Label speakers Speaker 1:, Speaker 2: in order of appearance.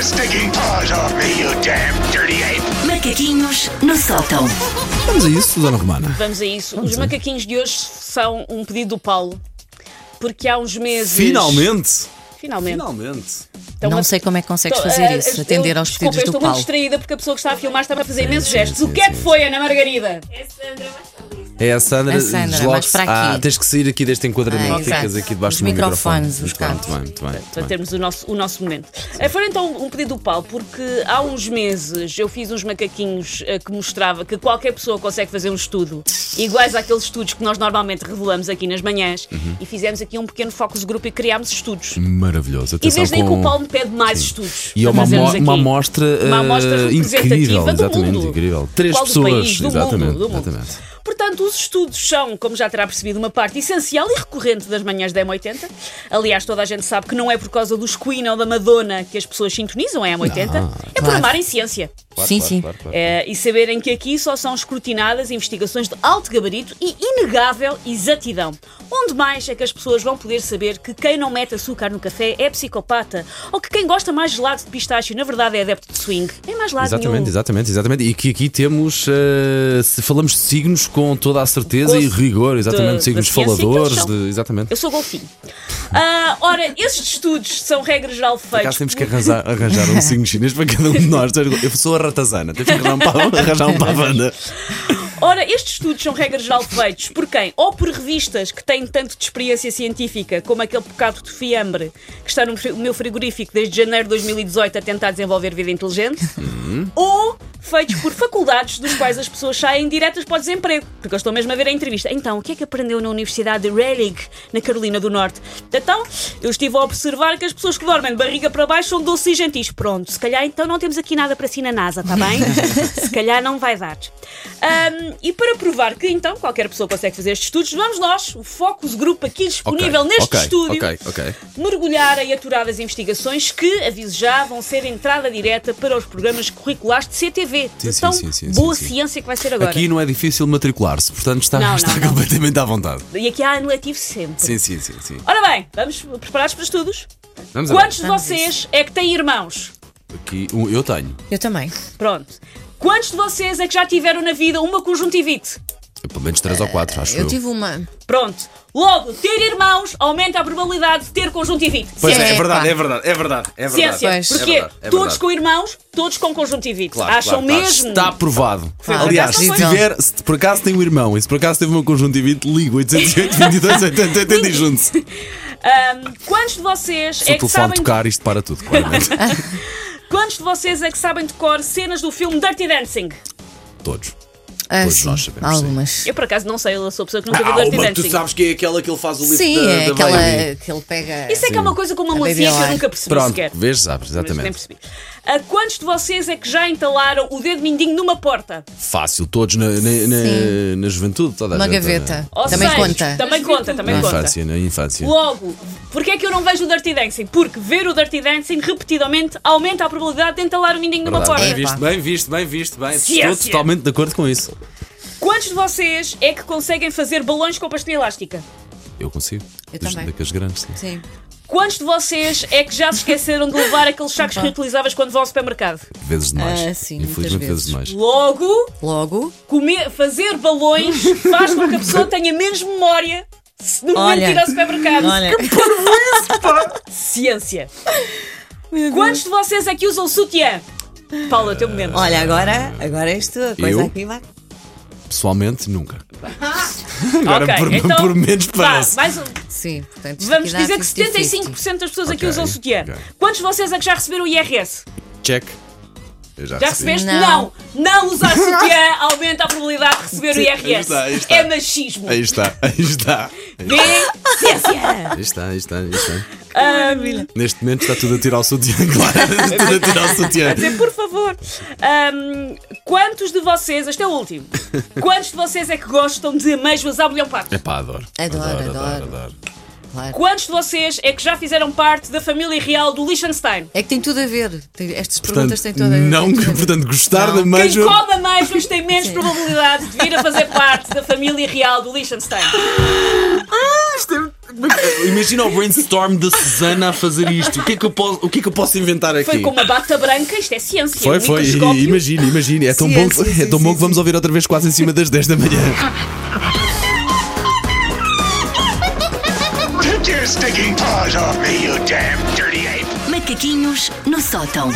Speaker 1: stinking paws off me, you damn dirty ape!
Speaker 2: Macaquinhos no sótão.
Speaker 3: Vamos a isso, Dona Romana.
Speaker 4: Vamos a isso. Os macaquinhos de hoje são um pedido do Paulo. Porque há uns meses.
Speaker 3: Finalmente!
Speaker 4: Finalmente.
Speaker 3: Finalmente!
Speaker 4: Estão
Speaker 5: Não
Speaker 4: a-
Speaker 5: sei como é que consegues
Speaker 4: Então,
Speaker 5: fazer
Speaker 4: eh,
Speaker 5: isso,
Speaker 4: eu-
Speaker 5: atender aos
Speaker 4: desculpa,
Speaker 5: pedidos
Speaker 4: eu
Speaker 5: do
Speaker 4: estou muito
Speaker 5: Paulo.
Speaker 4: distraída porque a pessoa que está a filmar está a fazer imensos gestos. O que é que foi, Ana Margarida?
Speaker 3: É a Sandra,
Speaker 5: A Sandra,
Speaker 3: desloque-se.
Speaker 5: mais para aqui.
Speaker 3: Ah, tens que sair aqui deste enquadramento.
Speaker 5: Ah,
Speaker 3: Ficas
Speaker 5: exato.
Speaker 3: aqui debaixo
Speaker 5: Os
Speaker 3: do meu
Speaker 5: microfones,
Speaker 3: microfone.
Speaker 5: os
Speaker 3: Muito
Speaker 5: cabos.
Speaker 3: bem, muito bem, muito
Speaker 4: Para
Speaker 3: bem.
Speaker 4: termos o nosso, o nosso momento. Eh, Foi então um pedido do Paulo, porque há uns meses eu fiz uns macaquinhos eh, que mostrava que qualquer pessoa consegue fazer um estudo, iguais àqueles estudos que nós normalmente revelamos aqui nas manhãs, e fizemos aqui um pequeno focus grupo e criámos estudos.
Speaker 3: Maravilhoso.
Speaker 4: E
Speaker 3: Atenção
Speaker 4: desde aí que
Speaker 3: com...
Speaker 4: o Paulo me pede mais estudos.
Speaker 3: E é
Speaker 4: para
Speaker 3: uma,
Speaker 4: fazermos
Speaker 3: mo- uma
Speaker 4: aqui.
Speaker 3: amostra,
Speaker 4: Uma amostra
Speaker 3: eh,
Speaker 4: representativa
Speaker 3: incrível,
Speaker 4: do
Speaker 3: exatamente,
Speaker 4: mundo.
Speaker 3: incrível. Três
Speaker 4: Qual do
Speaker 3: pessoas,
Speaker 4: país, do mundo,
Speaker 3: exatamente,
Speaker 4: do mundo.
Speaker 3: exatamente.
Speaker 4: Portanto, os estudos são, como já terá percebido, uma parte essencial e recorrente das manhãs da M80. Aliás, toda a gente sabe que não é por causa dos Queen ou da Madonna que as pessoas sintonizam a M80,
Speaker 3: Ah,
Speaker 4: é por
Speaker 5: claro.
Speaker 4: amarem ciência.
Speaker 5: sim, sim.
Speaker 4: Eh, e saberem que aqui só são escrutinadas investigações de alto gabarito e inegável exatidão. Onde mais é que as pessoas vão poder saber que quem não mete açúcar no café é psicopata? Ou que quem gosta mais gelado de pistache na verdade é adepto de swing? Nem mais lado nenhum.
Speaker 3: Exatamente, exatamente, exatamente. E que aqui temos, eh, se falamos de signos com toda a certeza
Speaker 4: Com-
Speaker 3: e rigor, exatamente,
Speaker 4: de-
Speaker 3: signos
Speaker 4: da ciência que
Speaker 3: faladores,
Speaker 4: eles são.
Speaker 3: de- exatamente.
Speaker 4: Eu sou golfinho. Ah, ora, esses estudos são regra geral
Speaker 3: Cá
Speaker 4: feitos.
Speaker 3: temos que arranjar, arranjar um signo chinês para cada um de nós. Eu sou a ratazana, temos que arranjar um para, arranjar um para a banda.
Speaker 4: Ora, estes estudos são regra geral feitos por quem? Ou por revistas que têm tanto de experiência científica, como aquele bocado de fiambre que está no fri- meu frigorífico desde janeiro de 2018 a tentar desenvolver vida inteligente, ou feitos por faculdades dos quais as pessoas saem diretas para o desemprego, porque eu estou mesmo a ver a entrevista. Então, o que é que aprendeu na Universidade de Raleigh, na Carolina do Norte? Então, eu estive a observar que as pessoas que dormem de barriga para baixo são doces e gentis. Pronto, se calhar então não temos aqui nada para si na NASA, está bem? se calhar não vai dar. Ahm, e para provar que então qualquer pessoa consegue fazer estes estudos, vamos nós, o Focus Group aqui disponível neste
Speaker 3: ok,
Speaker 4: estúdio
Speaker 3: Ok, ok.
Speaker 4: mergulhar em aturadas investigações que, aviso já, vão ser entrada direta para os programas curriculares de CTV.
Speaker 3: Sim,
Speaker 4: de
Speaker 3: sim,
Speaker 4: tão
Speaker 3: sim, sim,
Speaker 4: boa
Speaker 3: sim, sim.
Speaker 4: ciência que vai ser agora.
Speaker 3: Aqui não é difícil matricular-se, portanto está,
Speaker 4: Não, não,
Speaker 3: está
Speaker 4: não.
Speaker 3: completamente à vontade.
Speaker 4: E aqui há anulativo sempre.
Speaker 3: Sim, sim, sim. sim.
Speaker 4: Ora bem, vamos preparados para estudos?
Speaker 3: Vamos
Speaker 4: Quantos de
Speaker 5: Vamos
Speaker 4: vocês é que têm irmãos?
Speaker 3: a ver. Aqui, um, eu tenho.
Speaker 5: Eu também.
Speaker 4: Pronto. Quantos de vocês é que já tiveram na vida uma conjuntivite?
Speaker 3: Pelo menos três ou quatro, acho eu.
Speaker 5: Eu tive uma.
Speaker 4: Pronto. Logo, ter irmãos aumenta a probabilidade de ter conjuntivite.
Speaker 3: Pois é, é
Speaker 5: Epá.
Speaker 3: verdade, é verdade, é verdade, é verdade.
Speaker 4: Ciência.
Speaker 5: Pois.
Speaker 4: Porque
Speaker 3: É verdade, é
Speaker 4: todos
Speaker 3: verdade.
Speaker 4: com irmãos, todos com conjuntivite.
Speaker 3: Claro,
Speaker 4: Acham
Speaker 3: claro, claro.
Speaker 4: mesmo?
Speaker 3: Está aprovado.
Speaker 5: Claro.
Speaker 3: Aliás,
Speaker 5: Por
Speaker 3: se,
Speaker 5: acaso não foi.
Speaker 3: tiver, se por acaso tem um irmão e se por acaso teve uma conjuntivite, ligo 808 22 80 80 e junte-se.
Speaker 4: Ahm, quantos de vocês
Speaker 3: Se o
Speaker 4: é que
Speaker 3: telefone
Speaker 4: sabem
Speaker 3: tocar, isto para tudo, claramente.
Speaker 4: Quantos de vocês é que sabem de cor cenas do filme Dirty Dancing?
Speaker 3: Todos.
Speaker 5: Ah,
Speaker 3: Todos
Speaker 5: sim,
Speaker 3: nós sabemos,
Speaker 5: Algumas.
Speaker 4: Eu por acaso não sei, eu sou a pessoa que nunca viu
Speaker 3: Ah,
Speaker 4: Dirty
Speaker 3: mas
Speaker 4: Dancing.
Speaker 3: tu sabes que é aquela que ele faz o lift
Speaker 5: Sim,
Speaker 3: da, da
Speaker 5: é aquela
Speaker 3: Bailey.
Speaker 5: que ele pega.
Speaker 4: Isso é que é uma coisa com uma
Speaker 5: Baby
Speaker 4: melancia que eu
Speaker 5: Alive.
Speaker 4: nunca percebi
Speaker 3: Pronto,
Speaker 4: sequer.
Speaker 3: vês, sabes,
Speaker 4: Mas nem
Speaker 3: exatamente.
Speaker 4: percebi. A quantos de vocês é que já entalaram o dedo mindinho numa porta?
Speaker 3: Fácil, todos na, na, na,
Speaker 5: Sim.
Speaker 3: na juventude, toda a
Speaker 5: Uma
Speaker 3: gente,
Speaker 5: gaveta.
Speaker 4: Ou
Speaker 5: Também
Speaker 4: seja,
Speaker 5: conta.
Speaker 4: Também conta,
Speaker 3: Na,
Speaker 4: também
Speaker 3: na
Speaker 4: conta.
Speaker 3: infância, na infância.
Speaker 4: Logo, porquê é que eu não vejo o Dirty Dancing? Porque ver o Dirty Dancing repetidamente aumenta a probabilidade de entalar o mindinho numa
Speaker 3: Verdade, bem
Speaker 4: porta.
Speaker 3: visto, bem visto, bem visto, bem. Estou
Speaker 4: Ciência.
Speaker 3: totalmente de acordo com isso.
Speaker 4: Quantos de vocês é que conseguem fazer balões com pastilha elástica?
Speaker 3: Eu consigo.
Speaker 5: Eu
Speaker 3: Dos-
Speaker 5: também.
Speaker 3: Daqueles grandes, sim.
Speaker 5: Sim.
Speaker 4: Quantos de vocês é que já se esqueceram de levar aqueles sacos
Speaker 5: Opa.
Speaker 4: reutilizáveis quando vão ao supermercado?
Speaker 3: Vezes demais.
Speaker 5: Ah, sim, muitas
Speaker 3: Infelizmente, vezes
Speaker 5: vezes.
Speaker 3: demais.
Speaker 4: Logo,
Speaker 5: Logo,
Speaker 4: comer- fazer balões faz com que a pessoa tenha menos memória se no momento
Speaker 5: Olha.
Speaker 4: de ir ao supermercado.
Speaker 5: Olha.
Speaker 4: Que parvoíce, pá. Ciência. Quantos de vocês é que usam sutiã? Paula, teu momento.
Speaker 6: Olha, agora, agora és tu, a coisa
Speaker 3: Eu?
Speaker 6: aqui vai.
Speaker 3: Pessoalmente, nunca.
Speaker 4: Agora,
Speaker 3: por-
Speaker 4: então,
Speaker 3: por menos parece.
Speaker 5: sim. Portanto, isto
Speaker 4: um. vamos
Speaker 5: aqui dá
Speaker 4: dizer que
Speaker 5: 50-50.
Speaker 4: 75% das pessoas aqui
Speaker 3: Ok,
Speaker 4: usam sutiã.
Speaker 3: ok.
Speaker 4: Quantos de vocês é que já receberam o IRS?
Speaker 3: Check. Eu já,
Speaker 4: Já
Speaker 3: recebi.
Speaker 4: recebeste? Não.
Speaker 5: Não.
Speaker 4: Não usar sutiã aumenta a probabilidade de receber o
Speaker 3: Sim,
Speaker 4: IRS.
Speaker 3: aí está, aí está.
Speaker 4: É machismo.
Speaker 3: Aí está, aí está.
Speaker 4: Vê? Ciência.
Speaker 3: Aí está, aí está, aí está. Neste momento está tudo a tirar o sutiã, claro. Está tudo a tirar o sutiã.
Speaker 4: Dizer, por favor. Ahm, quantos de vocês, este é o último, quantos de vocês é que gostam de amêijoas à bolhão pato?
Speaker 3: Epá, adoro.
Speaker 5: Adoro,
Speaker 3: adoro.
Speaker 5: adoro.
Speaker 3: adoro.
Speaker 5: Claro.
Speaker 4: Quantos de vocês é que já fizeram parte da família real do Liechtenstein?
Speaker 5: É que tem tudo a ver. Tem- Estas perguntas têm
Speaker 3: Portanto,
Speaker 5: toda a assim. ver.
Speaker 3: não, portanto, gostar
Speaker 5: Não.
Speaker 3: da
Speaker 4: Quem
Speaker 3: manjo.
Speaker 4: come amêijoas tem menos probabilidade de vir a fazer parte da família real do Liechtenstein.
Speaker 3: Imagina o brainstorm da Susana a fazer isto. O que é que eu posso, o que é que eu posso inventar aqui?
Speaker 4: Foi com uma bata branca, isto é ciência.
Speaker 3: Foi,
Speaker 4: um
Speaker 3: foi.
Speaker 4: microscópio.
Speaker 3: Imagina, imagina. É tão
Speaker 5: Sim,
Speaker 3: bom,
Speaker 5: é, sim,
Speaker 3: é tão
Speaker 5: sim,
Speaker 3: bom
Speaker 5: sim,
Speaker 3: que vamos ouvir outra vez quase em cima das 10 da manhã.
Speaker 1: Take your stinking paws off me, you damn dirty ape!
Speaker 2: Macaquinhos no sótão.